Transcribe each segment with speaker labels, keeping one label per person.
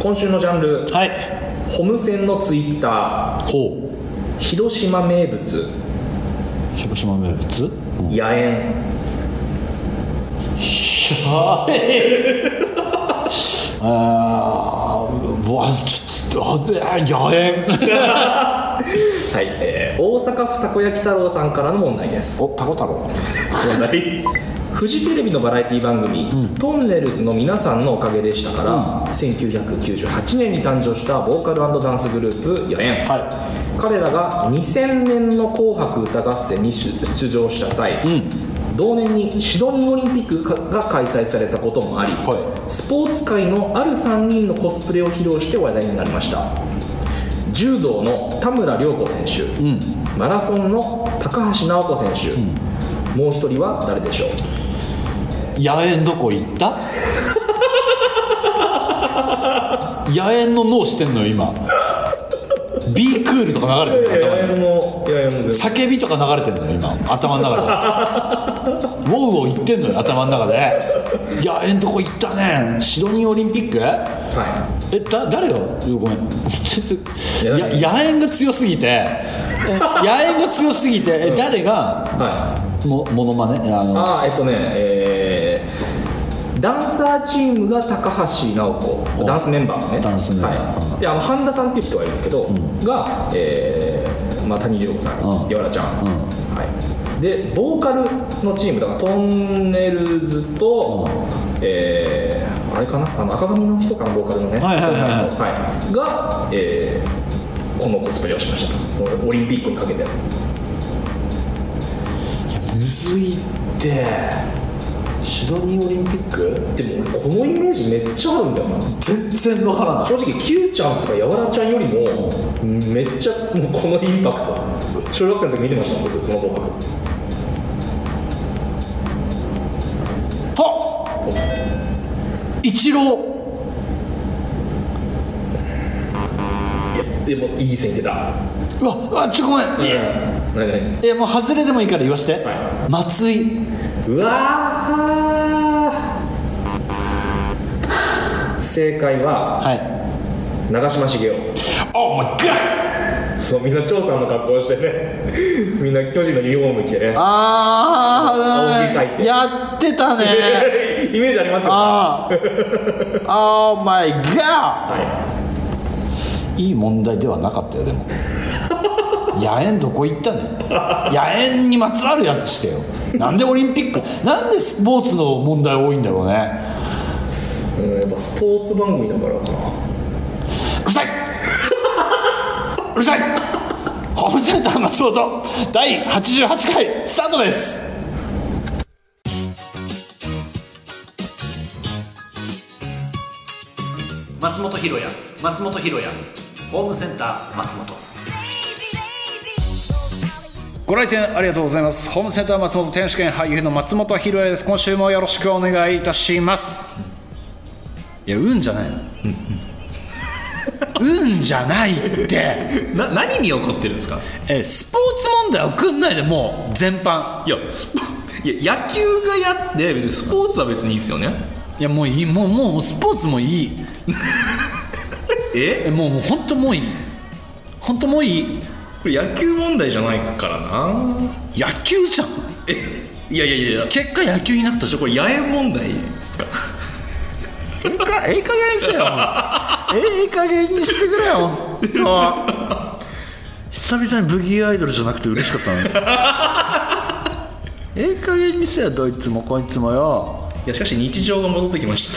Speaker 1: 今週のジャンル
Speaker 2: はい
Speaker 1: ホムセンのツイッター
Speaker 2: ほ
Speaker 1: 広島名物
Speaker 2: う広島名物
Speaker 1: 野猿
Speaker 2: ああわちょっとあ野猿
Speaker 1: はい、えー大阪府たこ焼き太郎さんからの問題です
Speaker 2: おタコ太郎
Speaker 1: 問題 フジテレビのバラエティ番組「トンネルズの皆さんのおかげでした」から、1998年に誕生したボーカルダンスグループ野猿、
Speaker 2: は
Speaker 1: 彼らが2000年の「紅白歌合戦」に出出場した際、同年にシドニーオリンピックかが開催されたこともあり、
Speaker 2: はい
Speaker 1: スポーツ界のある3人のコスプレを披露して話題になりました柔道の田村亮子選手、マラソンの高橋尚子選手、もう一人は誰でしょう
Speaker 2: い野猿どこ行った 野猿の脳してんのよ今 B クールとか流れてる頭に
Speaker 1: もいやいやもう
Speaker 2: 叫びとか流れてんのよ今頭の中 でウォウウォ言ってんのよ頭の中で「いやえんとこ行ったねシドニーオリンピック
Speaker 1: は
Speaker 2: えだ誰がごめんちょっと
Speaker 1: いや
Speaker 2: や野猿が強すぎてえ野猿が強すぎてえ誰が
Speaker 1: い、はい
Speaker 2: もモノマネあの
Speaker 1: ああえっとねえーダンサーチームが高橋尚子ダンスメンバーですね
Speaker 2: ダンスメンバー
Speaker 1: はい、であの半田さんっていう人がいるんですけど、が、えーまあ、谷亮子さん
Speaker 2: うん
Speaker 1: やわらちゃん、
Speaker 2: うん
Speaker 1: はい、でボーカルのチームだからトンネルズと、えーあれかなあの赤髪の人かなボーカルのね
Speaker 2: はいはいはいはい
Speaker 1: はいが、えーこのコスプレをしましたとそのオリンピックにかけて
Speaker 2: いやむずいってシドニーオリンピック
Speaker 1: でも俺このイメージめっちゃあるんだよな
Speaker 2: 全然わからない
Speaker 1: 正直 Q ちゃんとかやわらちゃんよりもめっちゃもうこのインパクト小学生の時見てましたもん僕その合格
Speaker 2: はっイチロー
Speaker 1: でもいい線いってた
Speaker 2: うわうわちょごめん
Speaker 1: いや何何
Speaker 2: いやもう外れでもいいから言わして、
Speaker 1: は
Speaker 2: 松井
Speaker 1: うわー正解は
Speaker 2: はい
Speaker 1: 長嶋茂雄
Speaker 2: オーマイガッ
Speaker 1: そうみんな張さんの格好をしてね みんな巨人のユニフォーム着てね
Speaker 2: あ
Speaker 1: 青木書い
Speaker 2: あ
Speaker 1: て
Speaker 2: やってたね
Speaker 1: イメージありますよ
Speaker 2: ああオーマイガ
Speaker 1: はい
Speaker 2: ーいい問題ではなかったよでも野猿どこ行ったの野猿にまつわるやつしてよなんでオリンピックなんでスポーツの問題多いんだろうね
Speaker 1: うんやっぱスポーツ番組だからかな
Speaker 2: うるさいうるさいホームセンター松本第88回スタートです
Speaker 3: 松本ひろや松本ひろやホームセンター松本
Speaker 4: ご来店ありがとうございますホームセンター松本天主権俳優の松本ひろえです今週もよろしくお願いいたしますいや運じゃ ないの運じゃないって
Speaker 5: な何に怒ってるんですか
Speaker 4: えスポーツ問題送んないでもう全般
Speaker 5: いやスポいや野球がやって別にスポーツは別にいいですよね
Speaker 4: いやもういいもうもうスポーツもいい
Speaker 5: え
Speaker 4: えもうもう本当もういい本当もういい
Speaker 5: これ野球問題じゃないからな
Speaker 4: 野球じゃん
Speaker 5: えいやいやいやいや
Speaker 4: 結果野球になったじ
Speaker 5: ちょこれ野猿問題ですか
Speaker 4: ゃんええかええ加減にせよええ加減にしてくれよ本当久々にブギーアイドルじゃなくて嬉しかったのにええ加減にせよどいつもこいつもよ
Speaker 5: いやしかし日常が戻ってきまし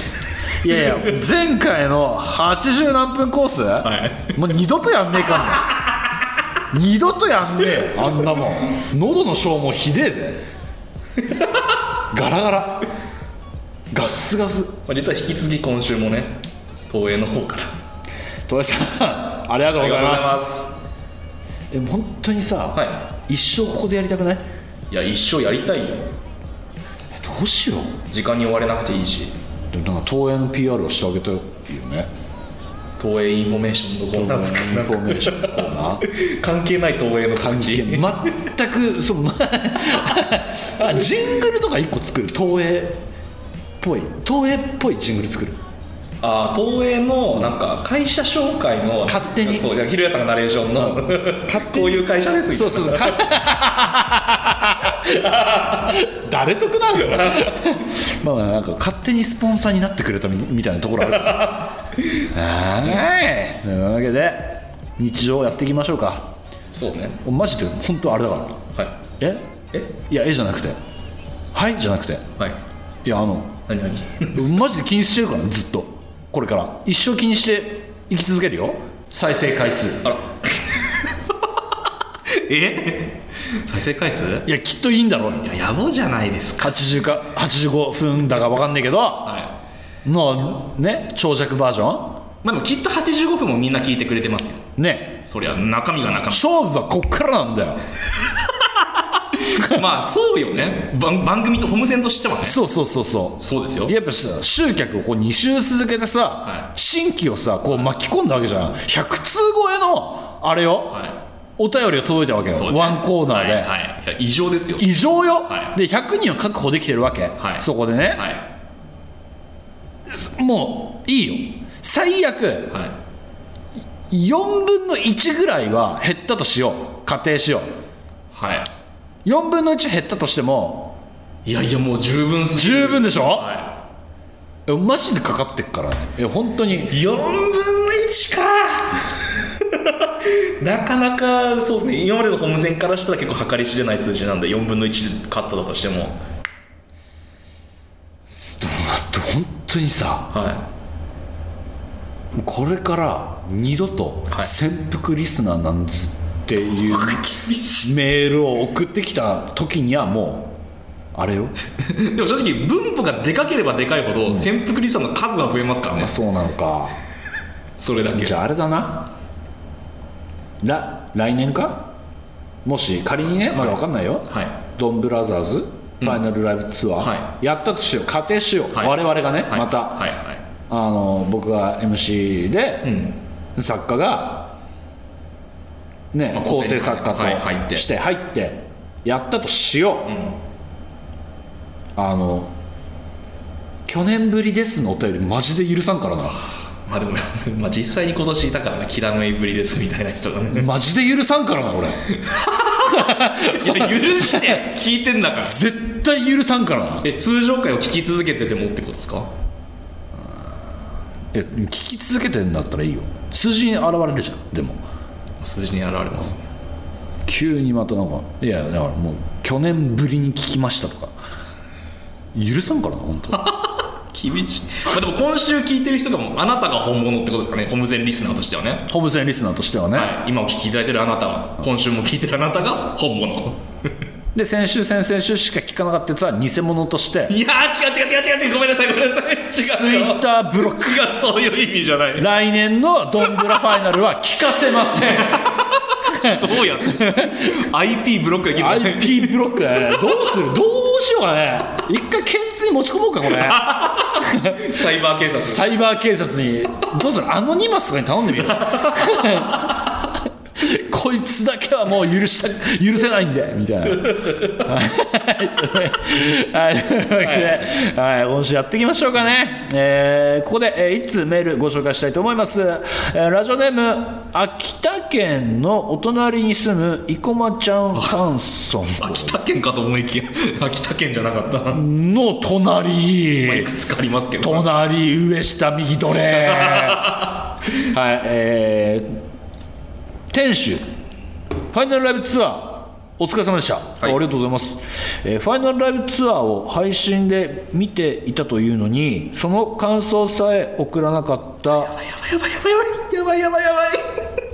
Speaker 4: いやいや前回の80何分コース、
Speaker 5: たはい
Speaker 4: もう二度とやんねえかんね二度とやんねえよあんなもん喉の消耗ひでえぜガラガラガッスガス
Speaker 5: まあ実は引き続き今週もね東映の方から
Speaker 4: 戸谷さんありがとうございますえ本当にさ、
Speaker 5: は
Speaker 4: 一生ここでやりたくない
Speaker 5: いや一生やりたいよ
Speaker 4: えどうしよう
Speaker 5: 時間に追われなくていいし
Speaker 4: でもなんか東映の PR をしてあげたいよね
Speaker 5: 東映インフォメーションのコーナー作
Speaker 4: インフォメーションのコーナー
Speaker 5: る関係ない東映の
Speaker 4: 関係
Speaker 5: 感じ
Speaker 4: 全くそうまあジングルとか一個作る東映っぽい東映っぽいジングル作る
Speaker 5: あー東映のなんか会社紹介の
Speaker 4: 勝手に
Speaker 5: そうひろやさんがナレーションの こういう会社ですみたい
Speaker 4: そう
Speaker 5: な
Speaker 4: そうか 誰得なん すかまあなんか勝手にスポンサーになってくれたみみたいなところあるはいというわけで日常をやっていきましょうか
Speaker 5: そうね
Speaker 4: マジで本当あれだから
Speaker 5: はい
Speaker 4: え
Speaker 5: え
Speaker 4: いやえじゃなくてはいじゃなくて
Speaker 5: はい
Speaker 4: いやあの
Speaker 5: 何 何
Speaker 4: マジで気にしてるからずっとこれから一生気にして生き続けるよ再生回数
Speaker 5: え再生回数い
Speaker 4: いやきっといいんだろう
Speaker 5: や野望じゃないですか
Speaker 4: 80か85分だか分かんないけど
Speaker 5: はい
Speaker 4: のね長尺バージョ
Speaker 5: まあでもきっと85分もみんな聞いてくれてますよ
Speaker 4: ンね
Speaker 5: そりゃ中身が中
Speaker 4: 勝負はこっからなんだよ
Speaker 5: 身 まあそうよね番番組とホームセンとしてはね
Speaker 4: そうそうそうそ
Speaker 5: そうですよ
Speaker 4: うやっぱさ集客をこう2週続けてさ、
Speaker 5: は
Speaker 4: 新規をさこう巻き込んだわけじゃん100通超えのあれよ、
Speaker 5: はい
Speaker 4: お便りが届いたわけよ、
Speaker 5: そうね
Speaker 4: ワンコーナーで、
Speaker 5: はいはいいや異常ですよ
Speaker 4: 異常よ、
Speaker 5: は
Speaker 4: で
Speaker 5: い
Speaker 4: 100人は確保できてるわけ、
Speaker 5: はい
Speaker 4: そこでね、
Speaker 5: はい
Speaker 4: もういいよ最悪
Speaker 5: はい
Speaker 4: 4分の1ぐらいは減ったとしよう仮定しよ
Speaker 5: は
Speaker 4: う4分の1減ったとしても
Speaker 5: いいやいやもう十分すぎる
Speaker 4: 十分でしょ、
Speaker 5: は
Speaker 4: えマジでかかってっからねえ本当に
Speaker 5: い4分の1か なかなかそうですね今までのホームセンからしたら結構計り知れない数字なんで4分の1カットだとしても
Speaker 4: 本当にさ
Speaker 5: はい
Speaker 4: これから二度と
Speaker 5: はい
Speaker 4: 潜伏リスナーなんずって いうメールを送ってきた時にはもうあれよ
Speaker 5: でも正直分母がでかければでかいほど潜伏リストの数が増えますからね
Speaker 4: あそうなのか
Speaker 5: それだけ
Speaker 4: じゃああれだなら来年かもし仮にねまだ分かんないよ、
Speaker 5: はい
Speaker 4: ドンブラザーズファイナルライブツアー、
Speaker 5: は
Speaker 4: やったとしよう仮定しよう、
Speaker 5: はい
Speaker 4: 我々がね、
Speaker 5: はい
Speaker 4: また、
Speaker 5: はいはい
Speaker 4: あの僕が MC で、
Speaker 5: ん
Speaker 4: 作家が、ね
Speaker 5: まあ
Speaker 4: 構成作家と
Speaker 5: はい入って
Speaker 4: して入ってやったとしよう、あの去年ぶりですのお便りマジで許さんから な
Speaker 5: まあでもまあ実際に今年いたからねきらめいぶりですみたいな人がね
Speaker 4: マジで許さんから な俺
Speaker 5: いや許して聞いてんだから
Speaker 4: 絶対許さんからな
Speaker 5: え通常回を聞き続けててもってことですか
Speaker 4: え聞き続けてんだったらいいよ数字に現れるじゃんでも
Speaker 5: 数字に現れますね
Speaker 4: 急にまたなんかいやだからもう去年ぶりに聞きましたとか許さんからな本当
Speaker 5: 厳しい、まあ、でも今週聞いてる人がもうあなたが本物ってことですかねホームゼンリスナーとしてはね、
Speaker 4: ホームセンリスナーとしてはね、
Speaker 5: はい、今お聞きいただいてるあなたは今週も聞いてるあなたが本物
Speaker 4: で先週先々週しか聞かなかったやつは偽物として
Speaker 5: いやー違う違う違う違う違うごめんなさいごめんなさい
Speaker 4: ツ
Speaker 5: 違
Speaker 4: イ
Speaker 5: うよ
Speaker 4: ッターブロック
Speaker 5: 違うそういう意味じゃないど
Speaker 4: 来年のドンブラファイナルは聞かせません
Speaker 5: うやって IP ブロックできる
Speaker 4: IP ブロックだねどうするどうしようかね一回警察に持ち込もうかこれ
Speaker 5: サイバー警察
Speaker 4: サイバー警察にどうするアノニマスとかに頼んでみるこいつだけはもう許した許せないんでみたいなはいというわけで、はい、今週やっていきましょうかね、えーここで、えー、一通メールご紹介したいと思います、えーラジオネーム秋田県のお隣に住む生駒ちゃんハンソン
Speaker 5: 秋田県かと思いきや秋田県じゃなかった、
Speaker 4: の隣、
Speaker 5: いくつかありますけど
Speaker 4: 隣上下右どれ はいえー、天守ファイナルライブツアーお疲れ様でした、ありがとうございます、えーファイナルライブツアーを配信で見ていたというのにその感想さえ送らなかった
Speaker 5: やばいやばいやばいやばいやばいや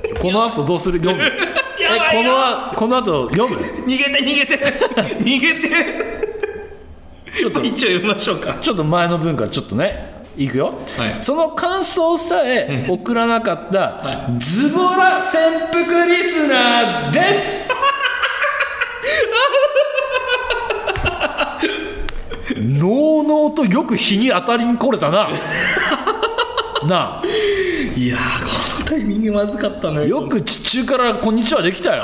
Speaker 5: ばい
Speaker 4: この後どうする読むえこのあこの後読む
Speaker 5: 逃げて逃げて逃げて
Speaker 4: ちょっと
Speaker 5: 一応読みましょうか
Speaker 4: ちょっと前の文からちょっとねいくよ、
Speaker 5: はい
Speaker 4: その感想さえ送らなかった、ズボラ潜伏リスナーです のうのうとよく日に当たりに来れたな なあ
Speaker 5: いやーこのタイミングまずかったのよ
Speaker 4: よく地中から「こんにちは」できたよ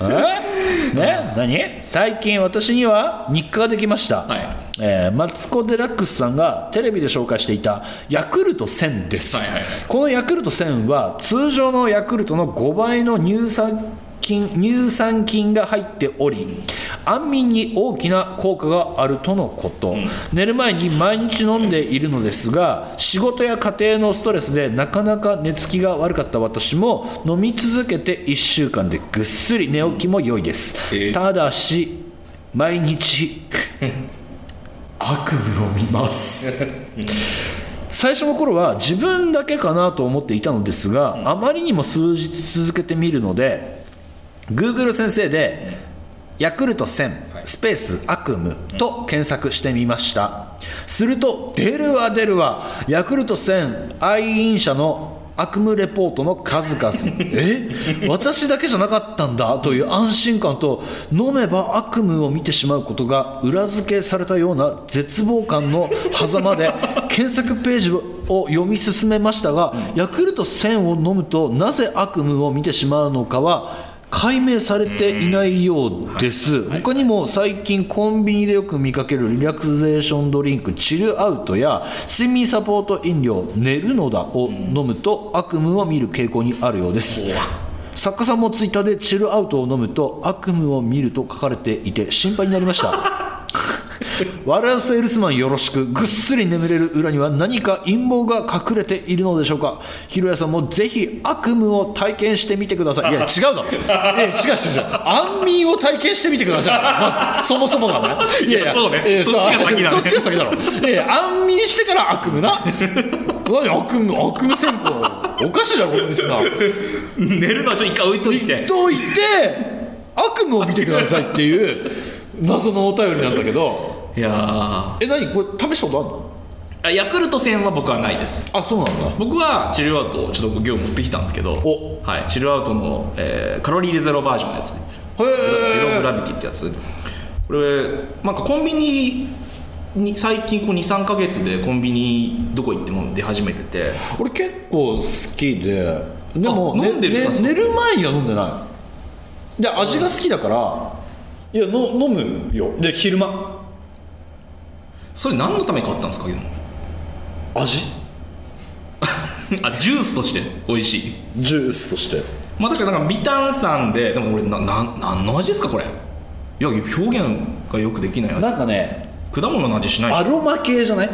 Speaker 4: えね何最近私には日課ができました、
Speaker 5: はい
Speaker 4: えーマツコ・デラックスさんがテレビで紹介していたヤクルト1000です、
Speaker 5: はいはいはい
Speaker 4: このヤクルト1000は通常のヤクルトの5倍の乳酸菌乳酸菌が入っており安眠に大きな効果があるとのこと、寝る前に毎日飲んでいるのですが仕事や家庭のストレスでなかなか寝つきが悪かった私も飲み続けて1週間でぐっすり寝起きも良いです、
Speaker 5: えー
Speaker 4: ただし毎日
Speaker 5: 悪夢を見ます。
Speaker 4: 最初の頃は自分だけかなと思っていたのですが、あまりにも数日続けてみるので Google 先生で「ヤクルト1000スペース悪夢」と検索してみましたすると出るわ出るわヤクルト1000愛飲者の悪夢レポートの数々え私だけじゃなかったんだという安心感と飲めば悪夢を見てしまうことが裏付けされたような絶望感の狭間で検索ページを読み進めましたが、ヤクルト1000を飲むとなぜ悪夢を見てしまうのかは解明されていないようです、他にも最近コンビニでよく見かけるリラクゼーションドリンクチルアウトや睡眠サポート飲料「寝るのだ」を飲むと悪夢を見る傾向にあるようです作家さんもツイッターでチルアウトを飲むと悪夢を見ると書かれていて心配になりました笑うセールスマンよろしくぐっすり眠れる裏には何か陰謀が隠れているのでしょうかひろやさんもぜひ悪夢を体験してみてくださいいや違うだろ え違う違う違う安眠を体験してみてくださいまずそもそもがねいやいや
Speaker 5: そうね
Speaker 4: えー
Speaker 5: そっちが先だね
Speaker 4: そっちが先だろ、えー安眠してから悪 夢な何悪夢悪夢戦法おかしいだろこのリスナー
Speaker 5: 寝るのはちょっと一回置いといて。
Speaker 4: といて悪夢を見てくださいっていう謎のお便りなんだけど
Speaker 5: いやーあ
Speaker 4: え何これ試したことあるの
Speaker 5: ヤクルト戦は僕はないです。
Speaker 4: あそうなんだ
Speaker 5: 僕はチルアウトをちょっと今日持ってきたんですけど、
Speaker 4: お
Speaker 5: はい、チルアウトの、えーカロリーゼロバージョンのやつね、ゼロ
Speaker 4: へ
Speaker 5: グラビティってやつこれなんかコンビニに最近こう23か月でコンビニどこ行っても出始めてて
Speaker 4: 俺結構好きででも、
Speaker 5: あ
Speaker 4: ね
Speaker 5: 飲んでる
Speaker 4: ね
Speaker 5: さすが
Speaker 4: 寝る前には飲んでないで味が好きだからいやの飲むよで昼間
Speaker 5: それ何の ために買ったんですかでも
Speaker 4: 味
Speaker 5: あジュースとして美味しい
Speaker 4: ジュースとして
Speaker 5: まあだからなんか微炭酸ででも俺なな何の味ですかこれいや表現がよくできない味
Speaker 4: なんかね
Speaker 5: 果物の味しない
Speaker 4: ア
Speaker 5: し
Speaker 4: ロマ系じゃない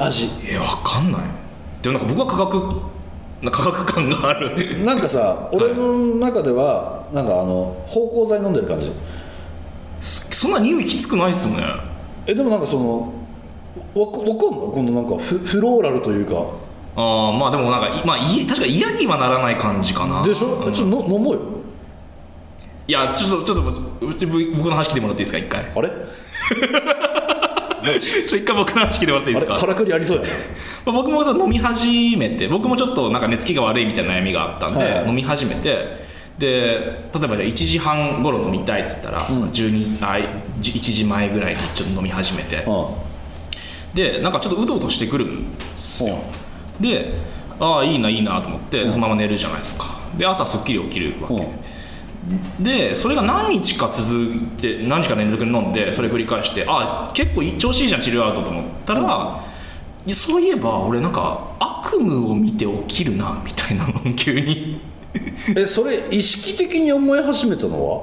Speaker 4: 味
Speaker 5: えわかんないでもなんか僕は科学 な科学感がある
Speaker 4: なんかさ俺の中ではなんかあの芳香剤飲んでる感じ
Speaker 5: そそんな匂いきつくないっすよね
Speaker 4: えでもなんかそのわわかんないこのなんかフフローラルというか
Speaker 5: ああまあでもなんか、いまあ、い確かに嫌にはならない感じかな
Speaker 4: でしょ、
Speaker 5: うん
Speaker 4: ちょっとの飲もうよ
Speaker 5: いやちょっとちょっと僕僕の話聞いてもらっていいですか一回
Speaker 4: あれ
Speaker 5: ちょっと一回僕の話聞いてもらっていい
Speaker 4: あれ
Speaker 5: ですか
Speaker 4: からくりありそうや ね
Speaker 5: まあ僕もちょっと飲み始めて僕もちょっとなんか寝つきが悪いみたいな悩みがあったんで、
Speaker 4: はい
Speaker 5: 飲み始めてで例えばじゃあ1時半頃飲みたいっつったら、12あ1時前ぐらいにちょっと飲み始めて、
Speaker 4: う
Speaker 5: でなんかちょっとうとうとしてくるんですよでああいいないいなと思ってそのまま寝るじゃないですかで朝すっきり起きるわけ、でそれが何日か続いて何日か連続に飲んでそれ繰り返してああ結構いい調子いいじゃんチルアウトと思ったら、いやそういえば俺なんか悪夢を見て起きるなみたいな の急に
Speaker 4: んえそれ意識的に思い始めたのは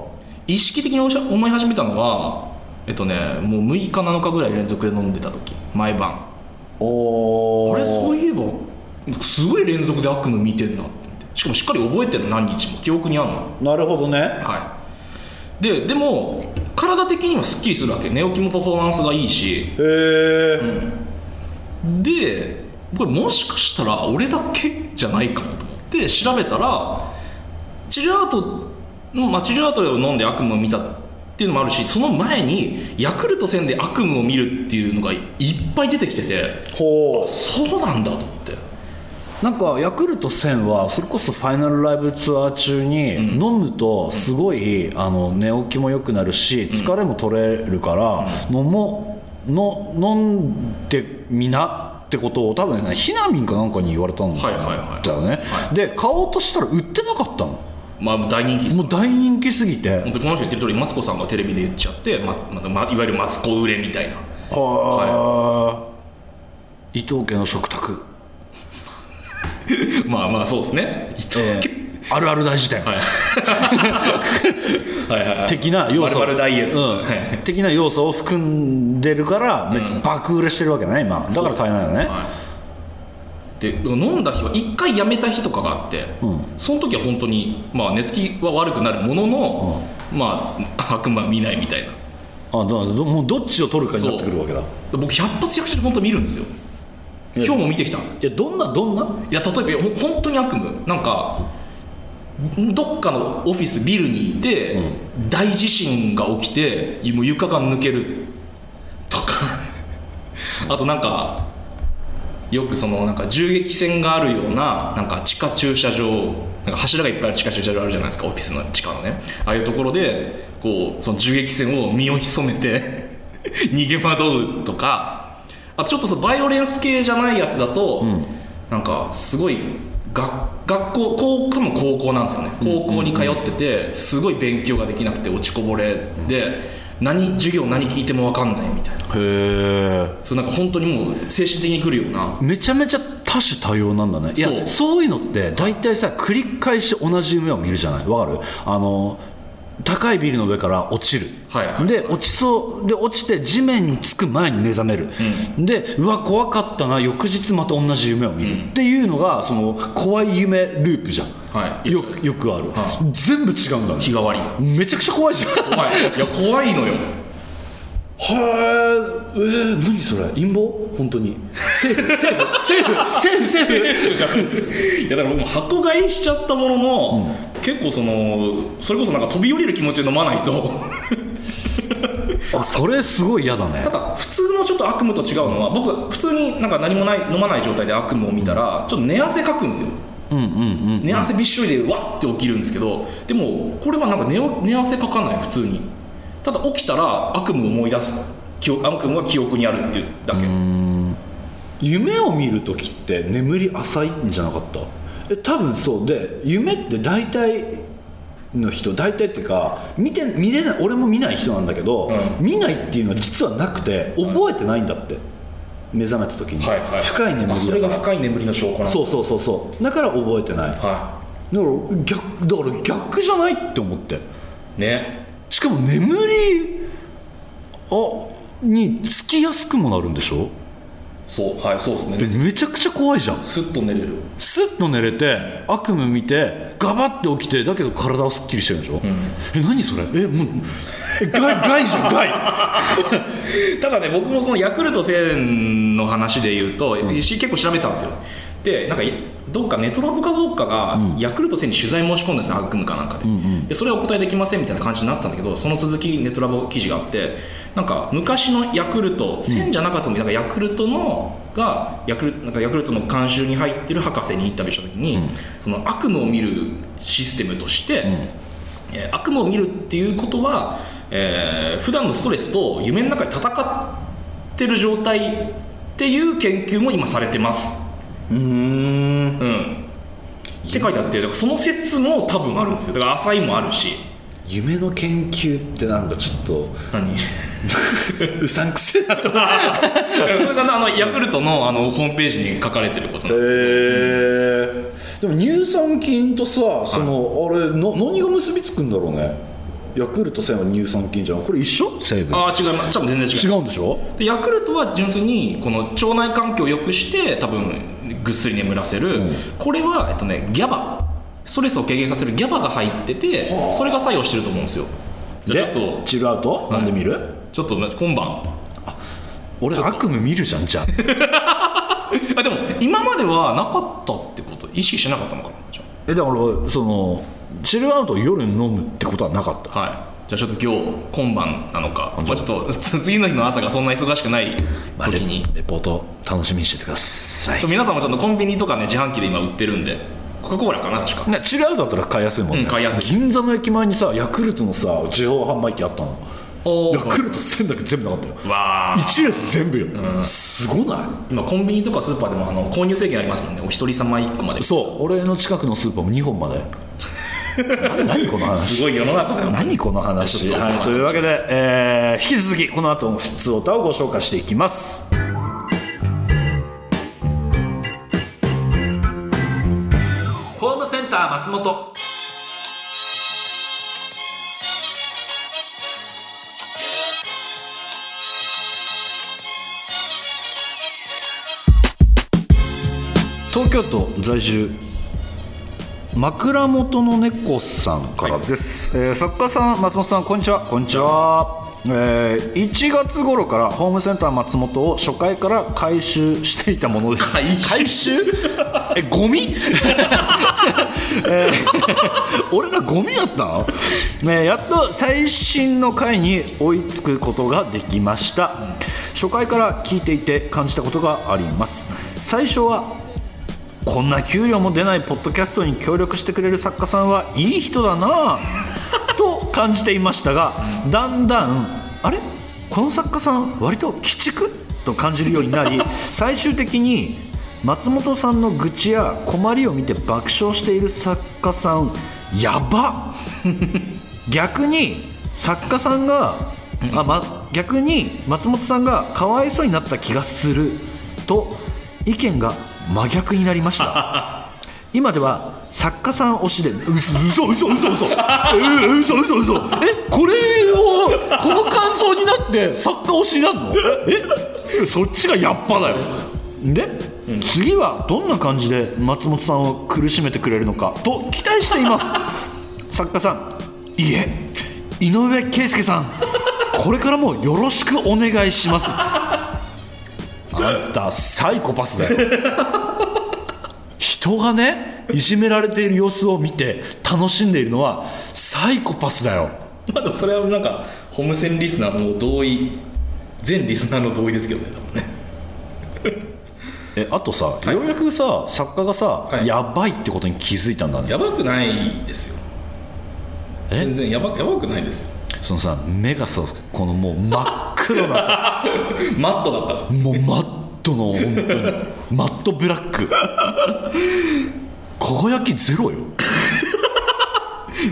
Speaker 5: 意識的に思い始めたのはえっとねもう6日7日ぐらい連続で飲んでた時毎晩
Speaker 4: お
Speaker 5: あれそうういえばすごい連続で悪夢見てんなって思ってしかもしっかり覚えてるの何日も記憶にあんの
Speaker 4: なるほどね
Speaker 5: はいででも体的にはすっきりするわけ寝起きもパフォーマンスがいいし
Speaker 4: へえ、
Speaker 5: でこれもしかしたら俺だけじゃないかもと思って調べたら治療アートの、まあ、治療アートを飲んで悪夢を見たっていうのもあるしその前にヤクルト戦で悪夢を見るっていうのがいっぱい出てきてて
Speaker 4: ほ
Speaker 5: そうなんだと思って
Speaker 4: うなんかヤクルト1000はそれこそファイナルライブツアー中に飲むとすごい、あの寝起きも良くなるし疲れも取れるから、飲もうの飲んでみなってことを多分ねひなみんかなんかに言われたんだよ
Speaker 5: は
Speaker 4: ね、
Speaker 5: いはいはい
Speaker 4: で買おうとしたら売ってなかったの
Speaker 5: まあ大人気です
Speaker 4: もう大人気すぎて
Speaker 5: 本当にこの人言ってる通りマツコさんがテレビで言っちゃって、まままいわゆるマツコ売れみたいな
Speaker 4: はー伊藤家の食卓、
Speaker 5: まあまあそうですね
Speaker 4: えー、あるある大事典、
Speaker 5: はいはいはい
Speaker 4: 的な要素
Speaker 5: バルバルダイエル
Speaker 4: うん
Speaker 5: はい
Speaker 4: 的な要素を含んでるから、め爆売れしてるわけね今だから買えないよね、
Speaker 5: で飲んだ日は1回やめた日とかがあって、その時は本当にまあ寝つきは悪くなるものの、まあ悪魔見ないみたいな
Speaker 4: あどどもうどっちを取るかになってくるわけだ
Speaker 5: 僕百発百中で本当見るんですよ
Speaker 4: や
Speaker 5: 今日も見てきた
Speaker 4: いやどんなどんない
Speaker 5: や例えばほん本当に悪夢なんかどっかのオフィスビルにいて、大地震が起きてもう床が抜けるとかあとなんかよくそのなんか銃撃戦があるようななんか地下駐車場なんか柱がいっぱいある地下駐車場あるじゃないですかオフィスの地下のねああいうところでこうその銃撃戦を身を潜めて 逃げ惑うとかあとちょっとそのバイオレンス系じゃないやつだと、なんかすごいが学校高多分高校なんですよね高校に通っててすごい勉強ができなくて落ちこぼれで何授業何聞いても分かんないみたいな
Speaker 4: へえ
Speaker 5: そうなんか本当にもう精神的にくるような
Speaker 4: めちゃめちゃ多種多様なんだねいや
Speaker 5: そ
Speaker 4: そうういうのって大体さ繰り返し同じ夢を見るじゃないわかるあの高いビルの上から落ちる、
Speaker 5: はいはい
Speaker 4: で落ちそうで落ちて地面につく前に目覚める、でうわ怖かったな翌日また同じ夢を見る、っていうのがその怖い夢ループじゃん、
Speaker 5: はい
Speaker 4: よよくある、全部違うんだね
Speaker 5: 日替わり
Speaker 4: めちゃくちゃ怖いじゃ ん
Speaker 5: 怖いいや怖いのよ
Speaker 4: へええー、何それ陰謀本当にセーフセーフセーフセーフセーフ
Speaker 5: いやだから僕も箱買いしちゃったものの、結構そのそれこそなんか飛び降りる気持ちで飲まないと
Speaker 4: あそれすごい嫌だね
Speaker 5: ただ普通のちょっと悪夢と違うのは僕普通になんか何もない飲まない状態で悪夢を見たらちょっと寝汗かくんですよ寝汗びっしょりでわって起きるんですけどでもこれはなんか寝お寝汗かかない普通にただ起きたら悪夢を思い出す記憶悪夢は記憶にあるっていうだけ
Speaker 4: 夢を見る時って眠り浅いんじゃなかったえ多分そうで夢って大体の人大体っていうか見て見れない俺も見ない人なんだけど、
Speaker 5: う
Speaker 4: 見ないっていうのは実はなくて覚えてないんだって、目覚めた時に、深い眠り
Speaker 5: あ
Speaker 4: だ
Speaker 5: それが深い眠りの証拠なんだ
Speaker 4: そうそうそうそうだから覚えてない、だか
Speaker 5: は
Speaker 4: ら逆だから逆じゃないって思って
Speaker 5: いね
Speaker 4: しかも眠りあにつきやすくもなるんでしょ
Speaker 5: そうはいそうですね
Speaker 4: え
Speaker 5: で
Speaker 4: めちゃくちゃ怖いじゃん
Speaker 5: スッと寝れる
Speaker 4: スッと寝れて悪夢見てガバッて起きてだけど体はすっきりしてるんでしょ、え何それえもうえ害害じゃん害
Speaker 5: ただね僕もこのヤクルト1000の話で言うと、石井結構調べたんですよでなんかいどっかネトラブかどっかが、ヤクルト1000に取材申し込んだんですよ悪夢かなんかで,、でそれをお答えできませんみたいな感じになったんだけどその続きネトラブ記事があってなんか昔のヤクルト1000じゃなかったのに、なんかヤクルトのがヤクルなんかヤクルトの監修に入ってる博士にインタビューした時に、その悪夢を見るシステムとして、えー悪夢を見るっていうことは、えー普段のストレスと夢の中で戦ってる状態っていう研究も今されてますうんって書いてあってだからその説も多分あるんですよだから浅いもあるし
Speaker 4: 夢の研究ってなんかちょっと
Speaker 5: 何
Speaker 4: うさんくせえなと 思っ
Speaker 5: それがあのヤクルトのあのホームページに書かれてることなんですよ
Speaker 4: えでも乳酸菌とさその、あれの何が結びつくんだろうねヤクルト1000は乳酸菌じゃんこれ一緒成分
Speaker 5: ああ違います多分全然違
Speaker 4: 違
Speaker 5: う
Speaker 4: うんでしょ
Speaker 5: でヤクルトは純粋にこの腸内環境を良くして多分ぐっすり眠らせる、これは、えっとね、ギャバストレスを軽減させるギャバが入っててそれが作用してると思うんですよじゃあちょっと
Speaker 4: 違うと、なんで見る
Speaker 5: ちょっとな今晩
Speaker 4: 俺悪夢見るじゃんじゃあ
Speaker 5: あでも今まではなかったってこと意識してなかったのかなじゃ
Speaker 4: えだからそのチルアウトを夜に飲むってことはなかった
Speaker 5: あはいじゃあちょっと今日今晩なのか、まあ、ちょっと 次の日の朝がそんな忙しくない時に、
Speaker 4: レポート楽しみにしててください
Speaker 5: 皆さんもちょっとコンビニとかね自販機で今売ってるんでコカ・コーラかな確か
Speaker 4: ね、チルアウトだったら買いやすいもんね、
Speaker 5: うん買いやすい
Speaker 4: 銀座の駅前にさヤクルトのさ自動販売機あったの
Speaker 5: お
Speaker 4: ヤクルト1000だけ全部なかったよ
Speaker 5: わあ
Speaker 4: 一列全部よ、すごない
Speaker 5: 今コンビニとかスーパーでもあの購入制限ありますもんねお一人様1個まで
Speaker 4: そう俺の近くのスーパーも2本までな何この話
Speaker 5: すごい世の中だよ
Speaker 4: 何この話、はい、というわけで、えー引き続きこの後も普通歌をご紹介していきます
Speaker 3: ホームセンター松本
Speaker 4: 東京都在住枕元の猫さんからです、えー作家さん松本さんこんにちはこんにちはえー1月頃からホームセンター松本を初回から回収していたものです 回収えゴミえー 俺らゴミやったの、ね、やっと最新の回に追いつくことができました初回から聞いていて感じたことがあります最初はこんな給料も出ないポッドキャストに協力してくれる作家さんはいい人だなぁと感じていましたがだんだんあれこの作家さん割と鬼畜と感じるようになり最終的に松本さんの愚痴や困りを見て爆笑している作家さんやばっ逆に作家さんが、あま、逆に松本さんがかわいそうになった気がすると意見が真逆になりました今では作家さん推しで嘘嘘嘘嘘嘘えー嘘嘘嘘えこれをこの感想になって作家推しになるのええそっちがやっぱだよで、次はどんな感じで松本さんを苦しめてくれるのかと期待しています作家さんいえ井上圭介さんこれからもよろしくお願いしますあんたサイコパスだよ人がねいじめられている様子を見て楽しんでいるのはサイコパスだよ
Speaker 5: まあでもそれはなんかホームセンリスナーの同意全リスナーの同意ですけどね多分ね
Speaker 4: えあとさ、ようやくさ作家がさ、
Speaker 5: い
Speaker 4: やばいってことに気づいたんだね
Speaker 5: やばくないですよ
Speaker 4: え
Speaker 5: 全然やばやばくないですよ
Speaker 4: そのさ目がさこのもう真っ黒な さ
Speaker 5: マットだったら
Speaker 4: もうマットの本当にマットブラック輝きゼロよ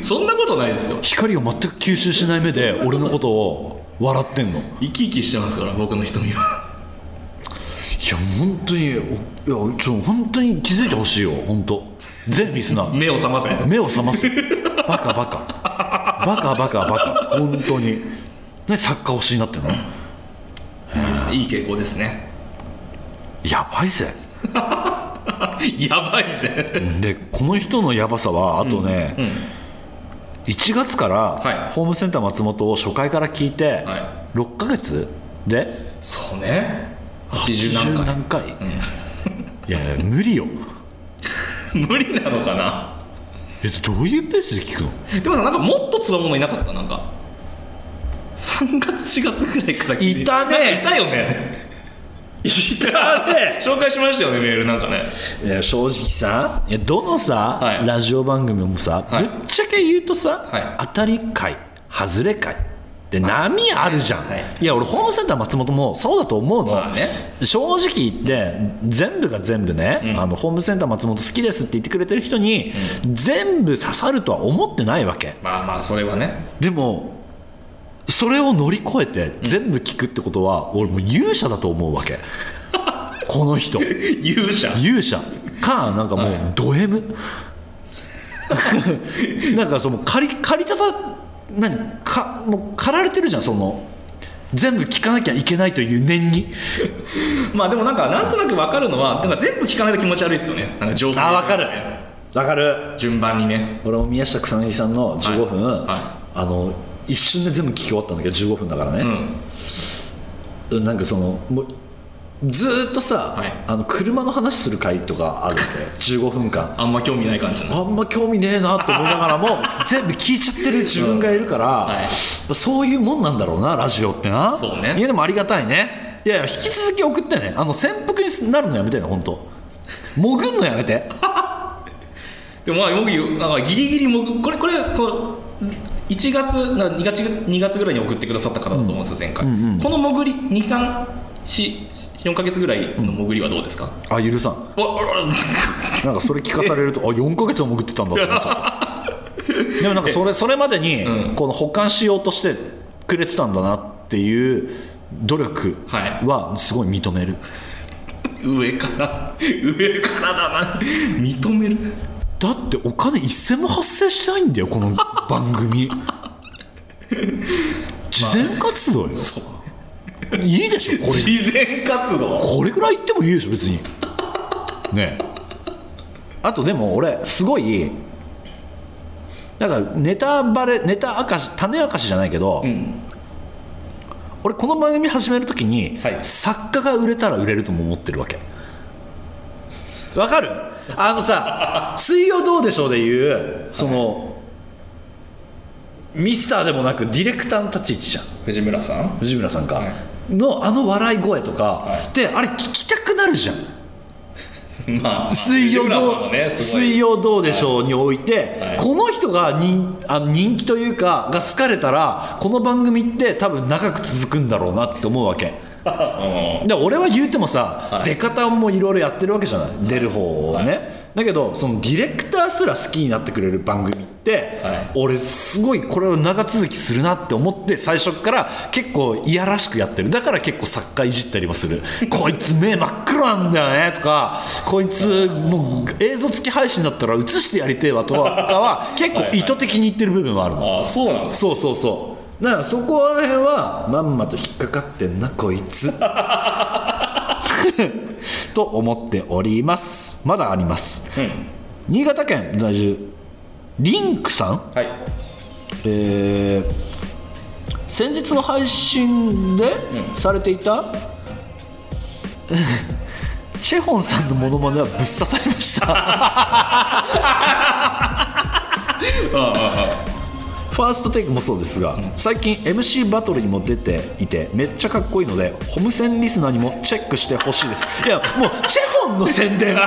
Speaker 5: そんなことないですよ
Speaker 4: 光を全く吸収しない目で俺のことを笑ってんのい
Speaker 5: 生き生きしてますから僕の瞳は
Speaker 4: や本当にいやちょ本当に気づいてほしいよ本当全リスナー
Speaker 5: 目を覚ませ
Speaker 4: 目を覚ますバカバカバカバカバカ本当に何作家推しになってんの
Speaker 5: いい傾向ですね
Speaker 4: やばいぜ
Speaker 5: やばいぜ
Speaker 4: でこの人のやばさはあとね、1月から
Speaker 5: い
Speaker 4: ホームセンター松本を初回から聞いて、
Speaker 5: は
Speaker 4: 6ヶ月で
Speaker 5: そうね80何回
Speaker 4: 何回、いやいや無理よ
Speaker 5: 無理なのかな
Speaker 4: えどういうペースで聞くの
Speaker 5: でもさなんかもっとつわものいなかったなんか3月4月ぐらいから聞て
Speaker 4: いたね
Speaker 5: なんかいたよね いたね 紹介しましたよねメールなんかね
Speaker 4: いや正直さいやどのさ、
Speaker 5: はい
Speaker 4: ラジオ番組もさ、
Speaker 5: はい
Speaker 4: ぶっちゃけ言うとさ、
Speaker 5: はい
Speaker 4: 当たり会外れ会で波あるじゃん、い、や俺ホームセンター松本もそうだと思うの、
Speaker 5: まあね
Speaker 4: 正直言って、全部が全部ね、あのホームセンター松本好きですって言ってくれてる人に、全部刺さるとは思ってないわけ
Speaker 5: まあまあそれはね
Speaker 4: でもそれを乗り越えて全部聞くってことは、俺もう勇者だと思う わけこの人
Speaker 5: 勇者
Speaker 4: 勇者かなんかもうド M、なんかその借り借り方何かもう借られてるじゃんその全部聞かなきゃいけないという念に
Speaker 5: まあでもなんかなんとなく分かるのはなんか全部聞かないと気持ち悪いですよねなんか情報
Speaker 4: あわかるわかる
Speaker 5: 順番にね
Speaker 4: 俺も宮下草薙さんの15分、
Speaker 5: はいは
Speaker 4: あの一瞬で全部聞き終わったんだけど15分だからね、
Speaker 5: うん
Speaker 4: なんかそのもうずーっとさ、
Speaker 5: はい
Speaker 4: あの車の話する回とかあるんで15分間
Speaker 5: あんま興味ない感じな
Speaker 4: あ
Speaker 5: の
Speaker 4: んま興味ねえなと思いながらも 全部聞いちゃってる自分がいるから、
Speaker 5: い
Speaker 4: そういうもんなんだろうなラジオってな
Speaker 5: そうね
Speaker 4: いやでもありがたいねいやいや引き続き送ってねあの潜伏になるのやめてね本当潜んのやめて
Speaker 5: でもまあ僕なんかギリギリもぐこれこれこの1月な2月2月ぐらいに送ってくださった方だと思うんですよ前回、この潜り234ヶ月ぐらいの潜りはどうですか、
Speaker 4: あゆるさん
Speaker 5: わ
Speaker 4: なんかそれ聞かされるとあ4ヶ月も潜ってたんだって思っちゃっ でもなんかそれそれまでにこの保管しようとしてくれてたんだなっていう努力
Speaker 5: はい
Speaker 4: はすごい認める、
Speaker 5: 上から上からだな認める
Speaker 4: だってお金一銭も発生しないんだよこの番組慈善活動よ、いいでしょこれ
Speaker 5: 慈善活動
Speaker 4: これぐらい言ってもいいでしょ別にねえあとでも俺すごいなんかネタバレネタ明かし種明かしじゃないけど、俺この番組始めるときに、
Speaker 5: はい
Speaker 4: 作家が売れたら売れるとも思ってるわけわかるあのさ「水曜どうでしょう」でいうその、ミスターでもなくディレクターの立ち位置じゃん
Speaker 5: 藤村さん
Speaker 4: 藤村さんか、のあの笑い声とか、であれ聞きたくなるじゃん
Speaker 5: まあ、まあ、
Speaker 4: 水曜
Speaker 5: 藤村さん
Speaker 4: どう、
Speaker 5: のねすごい
Speaker 4: 水曜どうでしょうにおいて、
Speaker 5: はい
Speaker 4: この人が人あ人気というかが好かれたらこの番組って多分長く続くんだろうなって思うわけで俺は言うてもさ、出方もいろいろやってるわけじゃない、出る方をね、だけどそのディレクターすら好きになってくれる番組って、
Speaker 5: はい
Speaker 4: 俺すごいこれを長続きするなって思って最初っから結構いやらしくやってるだから結構作家いじったりもす るこいつ目真っ黒なんだよねとかこいつもう映像付き配信だったら映してやりてえわとかは結構意図的に言ってる部分はあるの
Speaker 5: あそうなんです
Speaker 4: そうそうそうだからそこら辺はまんまと引っかかってんなこいつ と思っておりますまだあります、新潟県在住リンクさん
Speaker 5: はい
Speaker 4: えー先日の配信でされていた、チェホンさんのモノマネはぶっ刺されましたファーストテイクもそうですが最近 MC バトルにも出ていてめっちゃかっこいいのでホムセンリスナーにもチェックしてほしいですいやもうチェホンの宣伝こ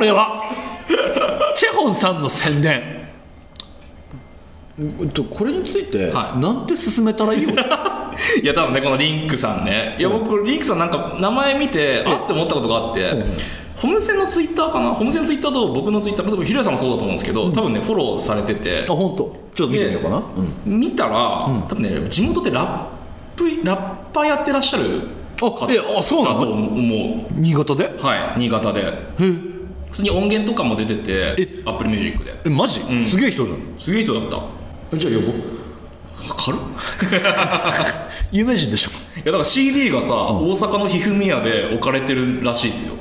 Speaker 4: れはチェホンさんの宣伝えっとこれについて、
Speaker 5: はい
Speaker 4: なんて進めたらいい の
Speaker 5: いや多分ねこのリンクさんねいや僕リンクさんなんか名前見てあって思ったことがあってホムセンのツイッターかなホムセンのツイッターと僕のツイッター多分ひろやさんもそうだと思うんですけど多分ねフォローされてて
Speaker 4: あ本当ちょっと見てみようかな、うん
Speaker 5: 見たら多分ね地元でラップラッパーやってらっしゃる
Speaker 4: あえあそうな
Speaker 5: だと
Speaker 4: の
Speaker 5: 思
Speaker 4: 新潟で
Speaker 5: うはい新潟で普通に音源とかも出てて
Speaker 4: え
Speaker 5: アップルミュージックで
Speaker 4: えマジ、
Speaker 5: ん
Speaker 4: すげえ人じゃん
Speaker 5: すげえ人だった
Speaker 4: えじゃあ呼ぼう
Speaker 5: 軽っ
Speaker 4: 有名人でしょ
Speaker 5: いやだから CD がさ、大阪のひふみやで置かれてるらしいですよ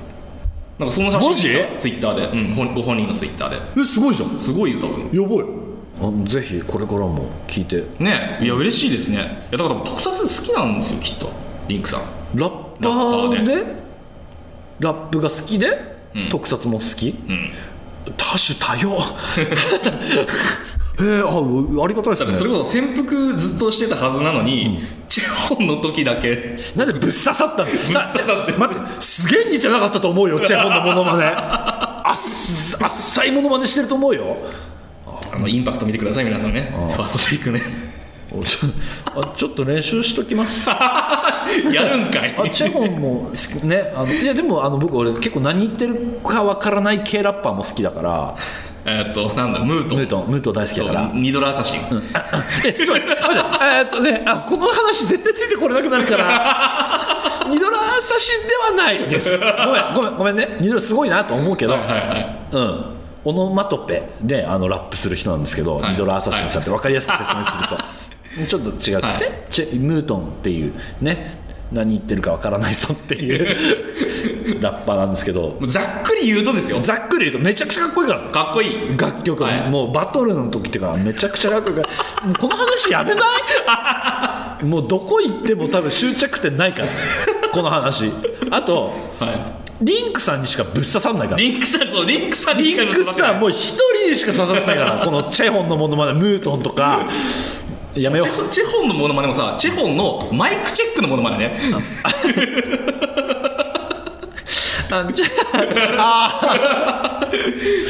Speaker 5: なんかその写
Speaker 4: マジ
Speaker 5: 真がツイッターで、うんほん、ご本人のツイッターで
Speaker 4: えすごいじゃんや
Speaker 5: すごいよ多分
Speaker 4: ばいあぜひこれからも聞いて
Speaker 5: ねいや嬉しいですねいやだから特撮好きなんですよきっとリンクさん
Speaker 4: ラッパーで
Speaker 5: ラ
Speaker 4: ラップが好きで、特撮も好き、多種多様 へえあありがたいで
Speaker 5: だ
Speaker 4: す
Speaker 5: か
Speaker 4: ね
Speaker 5: らそれこそ潜伏ずっとしてたはずなのに、チェホンの時だけ
Speaker 4: なんでぶっ刺さったのぶっ刺
Speaker 5: さって
Speaker 4: 待ってすげえ似てなかったと思うよチェホンのモノマネあっすあっさいモノマネしてると思うよ
Speaker 5: あのインパクト見てください皆さんねファーストテイクね
Speaker 4: おちょ あちょっと練習しとき ますあ
Speaker 5: やるんかい
Speaker 4: チェホンも好きねあのいやでもあの僕俺結構何言ってるかわからない系ラッパーも好きだから
Speaker 5: えーっとなんだムート
Speaker 4: ムートンムートン大好きだから
Speaker 5: ニドラアサシン、
Speaker 4: えちょっと待って待ってえーっとねあこの話絶対ついてこれなくなるから ニドラサシではないですごめんごめんごめんねニドラすごいなと思うけど、
Speaker 5: はいはい
Speaker 4: うん、オノマトペであのラップする人なんですけど、
Speaker 5: い
Speaker 4: ミドルアサシンさんって分かりやすく説明すると、ちょっと違くて、
Speaker 5: はい
Speaker 4: チェムートンっていうね何言ってるか分からないぞっていう ラッパーなんですけど
Speaker 5: もうざっくり言うとですよ
Speaker 4: ざっくり言うとめちゃくちゃかっこいいから
Speaker 5: かっこいい
Speaker 4: 楽曲、
Speaker 5: はい
Speaker 4: もうバトルの時とかめちゃくちゃ楽曲もうこの話やめない もうどこ行っても多分終着点ないからこの話あと、
Speaker 5: は
Speaker 4: リンクさんにしかぶっ刺さんないから
Speaker 5: リンクさんそうリンクさんに
Speaker 4: リ
Speaker 5: 一回
Speaker 4: ン
Speaker 5: も
Speaker 4: ク
Speaker 5: 座ってない
Speaker 4: さんもう一人にしか刺さってないからこのチェホンのものまでムートンとかやめよ
Speaker 5: チェホンチェホンのモノマネもさチェホンのマイクチェックのモノマネね
Speaker 4: うあじゃ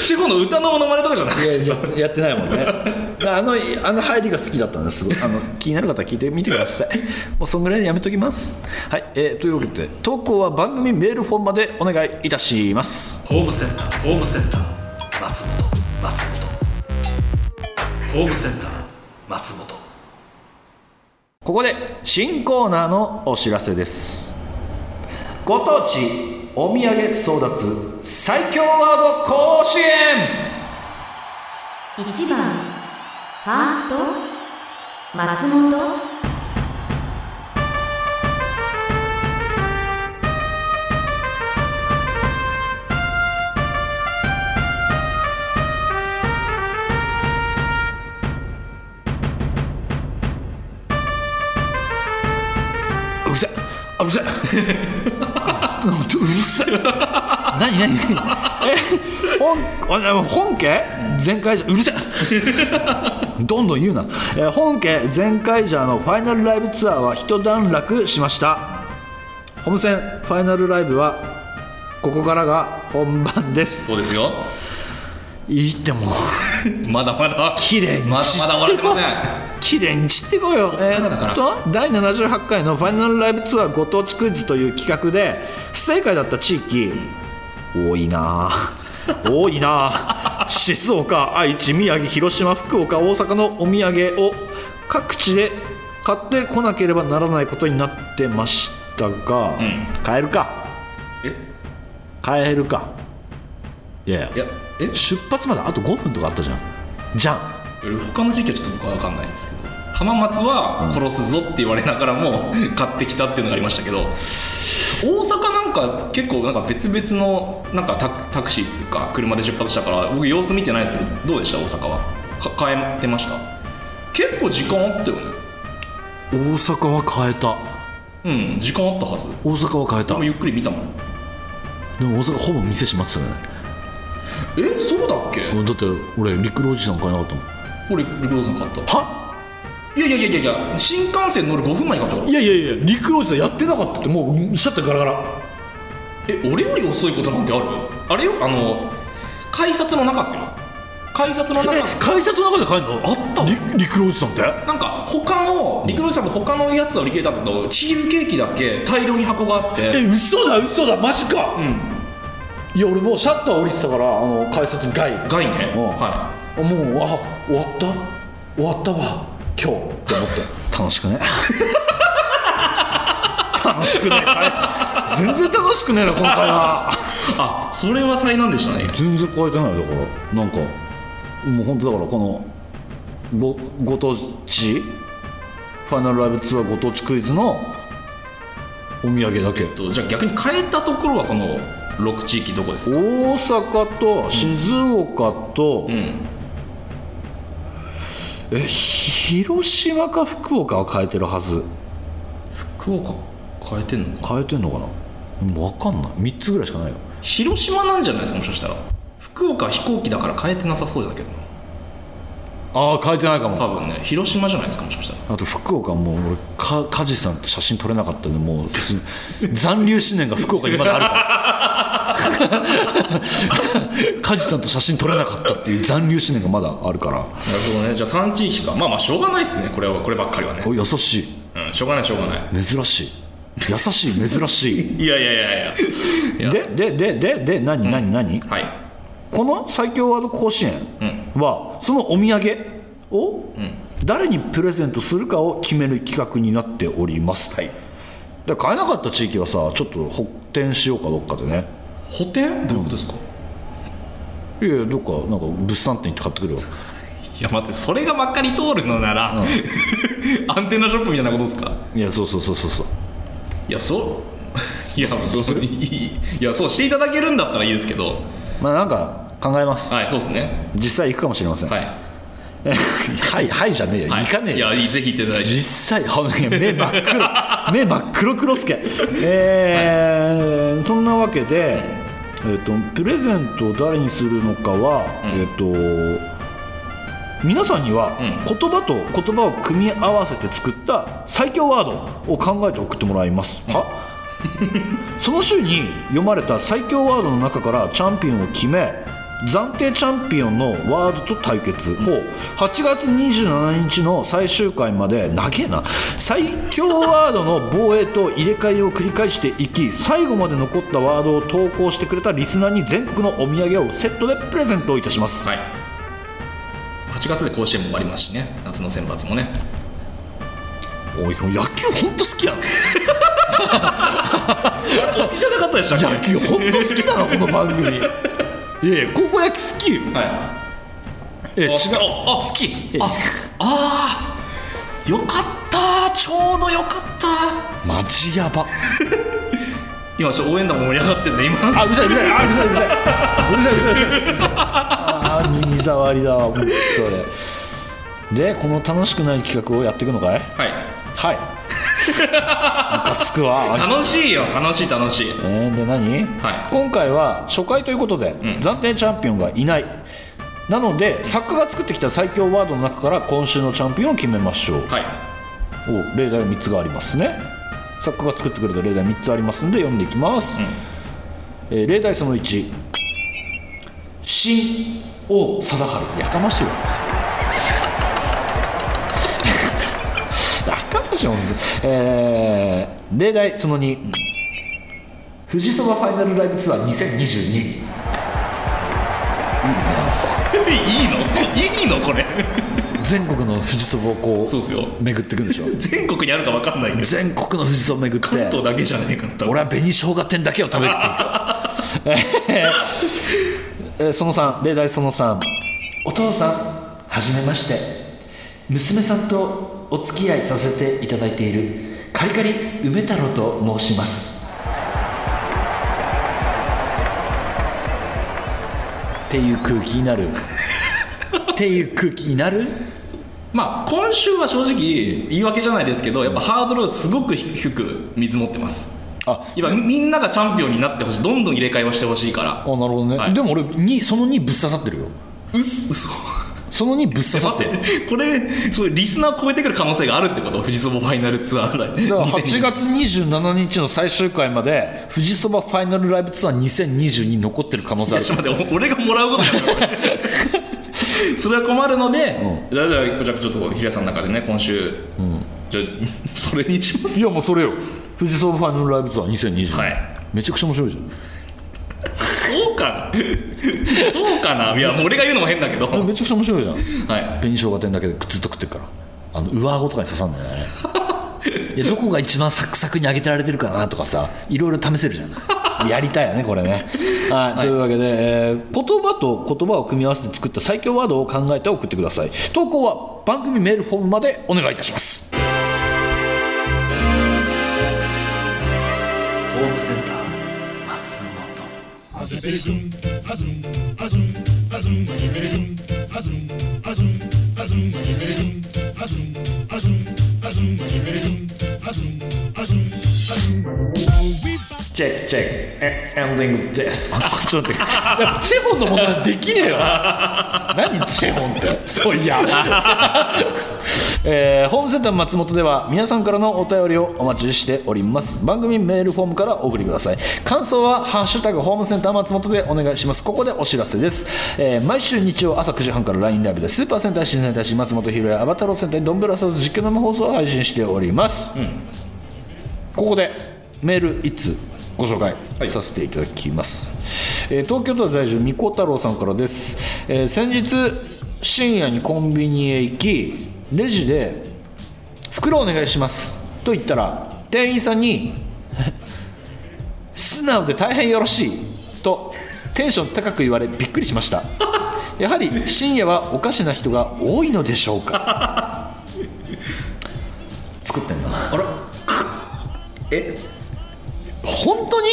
Speaker 5: チェホンの歌のモノマネとかじゃなくてさ
Speaker 4: あやってないもんねあのあの入りが好きだったんですごいあの気になる方は聞いてみてくださいもうそんぐらいでやめときますはい、えーというわけで投稿は番組メールフォームまでお願いいたします
Speaker 3: ホームセンターホームセンター松本松本ホームセンター松本
Speaker 4: ここで新コーナーのお知らせですご当地お土産争奪最強ワード甲子園
Speaker 6: 1番ファースト松本
Speaker 4: うるせえあうるせえなんてうるせえ何何え本あでも本家全開じゃうるせえどんどん言うな、えー本家全開じゃのファイナルライブツアーは一段落しました本戦ファイナルライブはここからが本番です
Speaker 5: そうですよ
Speaker 4: いいってもう
Speaker 5: まだまだ
Speaker 4: 綺麗に
Speaker 5: まだ
Speaker 4: 散
Speaker 5: まだ
Speaker 4: っ
Speaker 5: 終
Speaker 4: て
Speaker 5: わ
Speaker 4: こ
Speaker 5: れてま
Speaker 4: 綺麗に散ってこいよえ
Speaker 5: からだから
Speaker 4: ーっと第78回のファイナルライブツアーご当地クイズという企画で不正解だった地域多いな あ多いなあ静岡愛知宮城広島福岡大阪のお土産を各地で買ってこなければならないことになってましたが、買えるか
Speaker 5: せん
Speaker 4: 買えるかいやい
Speaker 5: えいや
Speaker 4: や
Speaker 5: え
Speaker 4: 出発まであと5分とかあったじゃんじゃん
Speaker 5: 他の時期はちょっと僕は分かんないんですけど浜松は殺すぞって言われながらも 買ってきたっていうのがありましたけど大阪なんか結構なんか別々のなんかタクタクシーっつうか車で出発したから僕様子見てないですけどどうでした大阪はか変えてました結構時間あったよね
Speaker 4: 大阪は変えた
Speaker 5: うん時間あったはず
Speaker 4: 大阪は変えた
Speaker 5: もうゆっくり見たもん
Speaker 4: でも大阪ほぼ店閉まってたね
Speaker 5: えそうだっけ
Speaker 4: うんだって俺陸路おじさん買えなかったもん
Speaker 5: 俺陸路さん買った
Speaker 4: はい
Speaker 5: やいやいやいやいや新幹線乗る5分前に買ったから
Speaker 4: いやいやいや陸路おじさんやってなかったってもうシャッターガラガラ
Speaker 5: え俺より遅いことなんてあるあれよあの改札の中っすよ改札の中
Speaker 4: え改札の中で買えんの
Speaker 5: あった
Speaker 4: り陸路おじさんって
Speaker 5: なんか他の陸路さんの他のやつは売り切れたけどチーズケーキだけ大量に箱があって
Speaker 4: え嘘だ嘘だマジか、いや俺もうシャッター降りてたからあの改札外あ
Speaker 5: 害ね
Speaker 4: うん
Speaker 5: は
Speaker 4: もうあ終わった終わったわ今日って思って楽しくね 楽しくね全然楽しくねえな今回は
Speaker 5: いあそれは災難でしたね
Speaker 4: 全然変えてないだからなんかもう本当だからこのごご当地ファイナルライブツアーご当地クイズのお土産だけ
Speaker 5: えっとじゃあ逆に変えたところはこの6地域どこですか
Speaker 4: 大阪と静岡と、
Speaker 5: ん
Speaker 4: え広島か福岡は変えてるはず
Speaker 5: 福岡変えてんのか
Speaker 4: 変えてんのかなもう分かんない3つぐらいしかないよ
Speaker 5: 広島なんじゃないですかもしかしたら福岡飛行機だから変えてなさそうだけどな
Speaker 4: ああ変えてないかも
Speaker 5: 多分ね広島じゃないですかもしかしたら
Speaker 4: あと福岡もう俺か梶さんと写真撮れなかったんでもうす残留思念が福岡にまだあるから 梶さんと写真撮れなかったっていう残留思念がまだあるから
Speaker 5: なるほどねじゃあ3地域かまあまあしょうがないですねこれはこればっかりはね
Speaker 4: お優しい
Speaker 5: うんしょうがないしょうがない
Speaker 4: 珍しい優しい珍しい
Speaker 5: いやいやいやいやいや
Speaker 4: ででででで何何何、
Speaker 5: はい
Speaker 4: この最強ワード甲子園は、そのお土産を誰にプレゼントするかを決める企画になっております、で買えなかった地域はさちょっと補填しようかどっかでね
Speaker 5: 補填どういうことですか、
Speaker 4: いやいやどっかなんか物産展行って買ってくるよ
Speaker 5: いや待ってそれがまかり通るのなら、 アンテナショップみたいなことですか
Speaker 4: いやそうそうそうそうそう
Speaker 5: いやそういやどうするいいいやそうしていただけるんだったらいいですけど
Speaker 4: まあなんか考えます
Speaker 5: はいそうですね
Speaker 4: 実際行くかもしれません、
Speaker 5: はい
Speaker 4: はいはいじゃねえよ、
Speaker 5: はい
Speaker 4: 行かねえよ
Speaker 5: いやいいぜひいていただいて
Speaker 4: 実際ほんいや目真っ黒目真っ黒黒助えーそんなわけで、えー、とプレゼントを誰にするのかは、えー、と皆さんには言葉と言葉を組み合わせて作った最強ワードを考えて送ってもらいます、はその週に読まれた最強ワードの中からチャンピオンを決め暫定チャンピオンのワードと対決を8月27日の最終回まで長えな最強ワードの防衛と入れ替えを繰り返していき最後まで残ったワードを投稿してくれたリスナーに全国のお土産をセットでプレゼントいたします、
Speaker 5: はい8月で甲子園も終わりますしね夏の選抜もね
Speaker 4: おい野球本当好きやな
Speaker 5: 好きじゃなかったでしたっけ
Speaker 4: 野球本当好きだなこの番組いやいや高校野球好きよ
Speaker 5: はい
Speaker 4: え
Speaker 5: あ
Speaker 4: ちな
Speaker 5: あ好きああーよかったちょうどよかっ た
Speaker 4: マジヤバ
Speaker 5: 今ちょっと応援団も盛り上がってんね今
Speaker 4: あうるさいうるさいあうるさいうるさいうるさいうるさいうるさいあー耳障りだわもうそれでこの楽しくない企画をやっていくのかい
Speaker 5: はい
Speaker 4: はいムカつくわ
Speaker 5: 楽しいよ楽しい楽しい
Speaker 4: えーで何、
Speaker 5: はい
Speaker 4: 今回は初回ということで、暫定チャンピオンがいないなので作家が作ってきた最強ワードの中から今週のチャンピオンを決めましょう、
Speaker 5: はい
Speaker 4: お例題は3つがありますね作家が作ってくれた例題3つありますんで読んでいきます、えー例題その1「新王貞治」やかましいわやかましいほんとえー例題その2「富士そばファイナルライブツアー2022」
Speaker 5: いいのいい のこれ
Speaker 4: 全国の富士そばをこ
Speaker 5: そうですよ
Speaker 4: う巡っていくん でしょ
Speaker 5: 全国にあるか分かんないけど
Speaker 4: 全国の富士そば巡って
Speaker 5: 関東だけじゃないかな多分
Speaker 4: 俺は紅生姜店だけを食べるっていうえーその3例題その3お父さんはじめまして娘さんとお付き合いさせていただいているカリカリ梅太郎と申しますっていう空気になるっていう空気になる
Speaker 5: まあ今週は正直言い訳じゃないですけどやっぱハードルをすごく低く水持ってます
Speaker 4: あ
Speaker 5: 今みんながチャンピオンになってほしいどんどん入れ替えをしてほしいから
Speaker 4: あなるほどね、
Speaker 5: はい
Speaker 4: でも俺にその2ぶっ刺さってるよ
Speaker 5: うすうそ
Speaker 4: その2ぶっ刺さって
Speaker 5: 待
Speaker 4: る
Speaker 5: ってこれそうリスナーを超えてくる可能性があるってこと富士そばファイナルツアー来
Speaker 4: だから
Speaker 5: 2020
Speaker 4: 8月27日の最終回まで富士そばファイナルライブツアー2022残ってる可能性ある
Speaker 5: ちょっと待ってお俺がもらうことじゃないこ れそれは困るので、じゃあじゃあじゃあちょっと平さんの中でね今週、じゃあ それにしま す
Speaker 4: いやもうそれよ富士そばファイナルライブツアー2022、
Speaker 5: はい
Speaker 4: めちゃくちゃ面白いじ
Speaker 5: そうかなそうかないやもう俺が言うのも変だけど
Speaker 4: ゃんめちゃくちゃ面白いじゃん
Speaker 5: はい
Speaker 4: 紅生姜店だけでずっと食ってるからあの上顎とかに刺さんないねあれいやどこが一番サクサクに揚げてられてるかなとかさいろいろ試せるじゃんやりたいよねこれね、はいというわけで、えー言葉と言葉を組み合わせて作った最強ワードを考えて送ってください投稿は番組メールフォームまでお願いいたします
Speaker 3: ホームセンター松本
Speaker 7: Azum, azum, azum, azum, azum, azum, azum, azum, azum, azum, azum, azum, azum, azum.
Speaker 4: チェックチェックエエンディングですあちょっと待ってやっぱチェホンのものできねえよ何チェホンってそういや、えーホームセンター松本では皆さんからのお便りをお待ちしております番組メールフォームからお送りください感想は「ハッシュタグホームセンター松本」でお願いしますここでお知らせです、えー毎週日曜朝9時半から LINE ライブでスーパー戦隊新戦隊士松本ひろやアバタロー戦隊ドンブラザーズ実況生放送を配信しております、ここでメール一通ご紹介させていただきます、えー東京都在住みこ太郎さんからです、えー先日深夜にコンビニへ行きレジで「袋お願いします」と言ったら店員さんに 「素直で大変よろしい」とテンション高く言われびっくりしましたやはり深夜はおかしな人が多いのでしょうか作ってんな本当に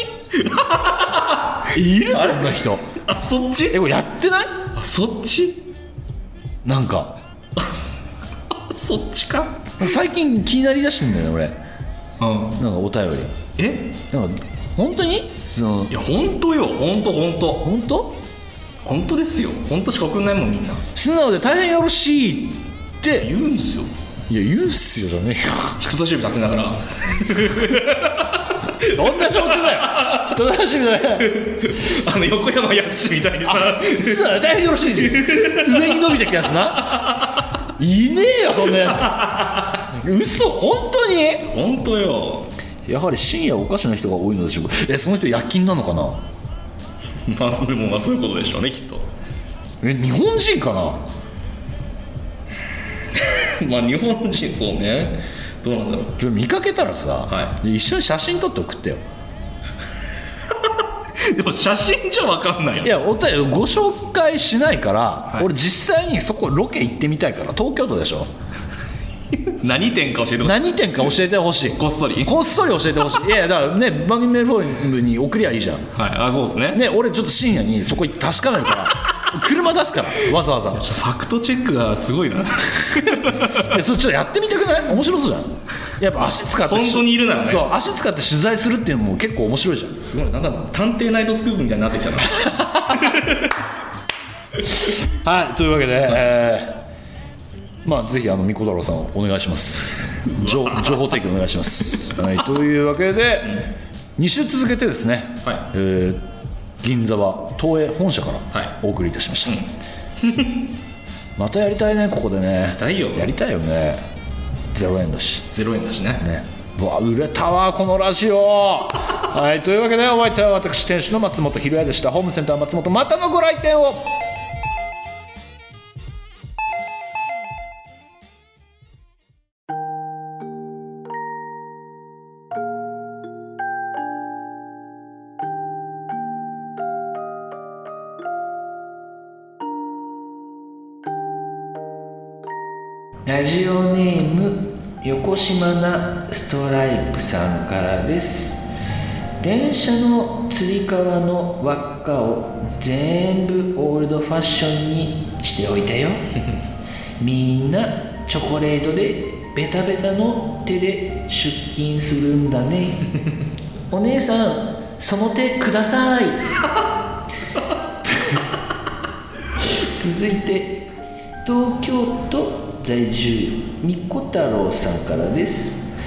Speaker 4: いるそんな人
Speaker 5: あそっち
Speaker 4: えこれやってない
Speaker 5: あそっち
Speaker 4: なんか
Speaker 5: そっちか
Speaker 4: 最近気になりだしてんだよね
Speaker 5: うん
Speaker 4: 俺なんかお便り
Speaker 5: え
Speaker 4: なんか本当にその
Speaker 5: いや本当よ本当本当
Speaker 4: 本当
Speaker 5: 本当ですよ本当しか送んないもんみんな
Speaker 4: 素直で大変よろしいって
Speaker 5: 言うんですよ
Speaker 4: いや言うっすよじゃね
Speaker 5: 人差し指立てながら
Speaker 4: えよ どんな状況だよ人差し指だよ
Speaker 5: あの横山やすしみたいにさ
Speaker 4: 素直で大変よろしい上に伸びてくやつないねえよそんなやつ嘘本当に
Speaker 5: 本当よ
Speaker 4: やはり深夜おかしな人が多いのでしょうかえその人夜勤なのかな
Speaker 5: まあそれもまあそういうことでしょうねきっと
Speaker 4: え日本人かな
Speaker 5: まあ日本人そうねどうなんだろう
Speaker 8: それ見かけたらさ、
Speaker 5: は
Speaker 8: 一緒に写真撮って送ってよ
Speaker 5: でも写真じゃ分かんないよ
Speaker 8: いやおたご紹介しないから、俺実際にそこロケ行ってみたいから東京都でしょ
Speaker 5: 何点か教えてもら
Speaker 8: 何店か教えてほしい
Speaker 5: こっそり
Speaker 8: こっそり教えてほしいいやいやだからね番組メールフォームに送りゃいいじゃん
Speaker 5: はいあそうですね
Speaker 8: ね俺ちょっと深夜にそこ行って確かめるから 車出すからわざわざ
Speaker 5: ファクトチェックがすごいな
Speaker 8: でそれちょっとやってみたくない面白そうじゃんやっぱ足使って
Speaker 5: 本当にいるならね
Speaker 8: そう足使って取材するっていうのも結構面白いじゃん
Speaker 5: すごいなんか探偵ナイトスクープみたいにな ってきちゃった
Speaker 8: はいというわけで、えーまあぜひあのみこ太郎さんお願いします 情情報提供お願いします、はい、というわけで、2週続けてですね、
Speaker 5: はい
Speaker 8: えー銀座は東映本社か
Speaker 5: は
Speaker 8: らお送りいたしました、 またやりたいねここでね
Speaker 5: たいよ
Speaker 8: やりたいよね0円だし
Speaker 5: 0円だしね
Speaker 8: ねうわ売れたわこのラジオはいというわけでお相手は私店主の松本ひろやでしたホームセンター松本またのご来店を
Speaker 4: ラジオネーム横島なストライプさんからです電車のつり革の輪っかを全部オールドファッションにしておいたよみんなチョコレートでベタベタの手で出勤するんだねお姉さんその手ください続いて東京都在住みこ太郎さんからです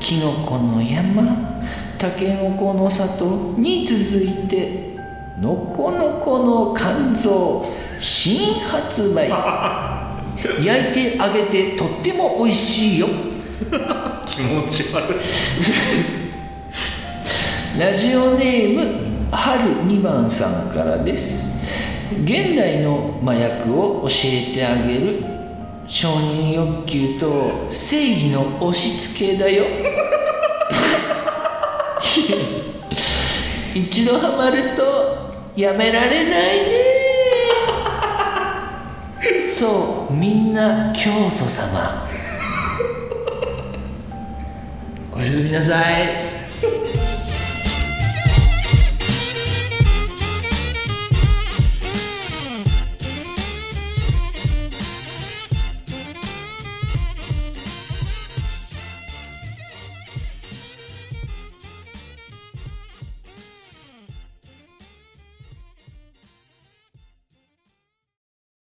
Speaker 4: きのこの山たけのこの里に続いてのこのこの肝臓新発売焼いて揚げてとっても美味しいよ
Speaker 5: 気持ち悪い
Speaker 4: ラジオネーム春2番さんからです現代の麻薬を教えてあげる承認欲求と正義の押し付けだよ 一度ハマるとやめられないねそうみんな教祖様おやすみなさい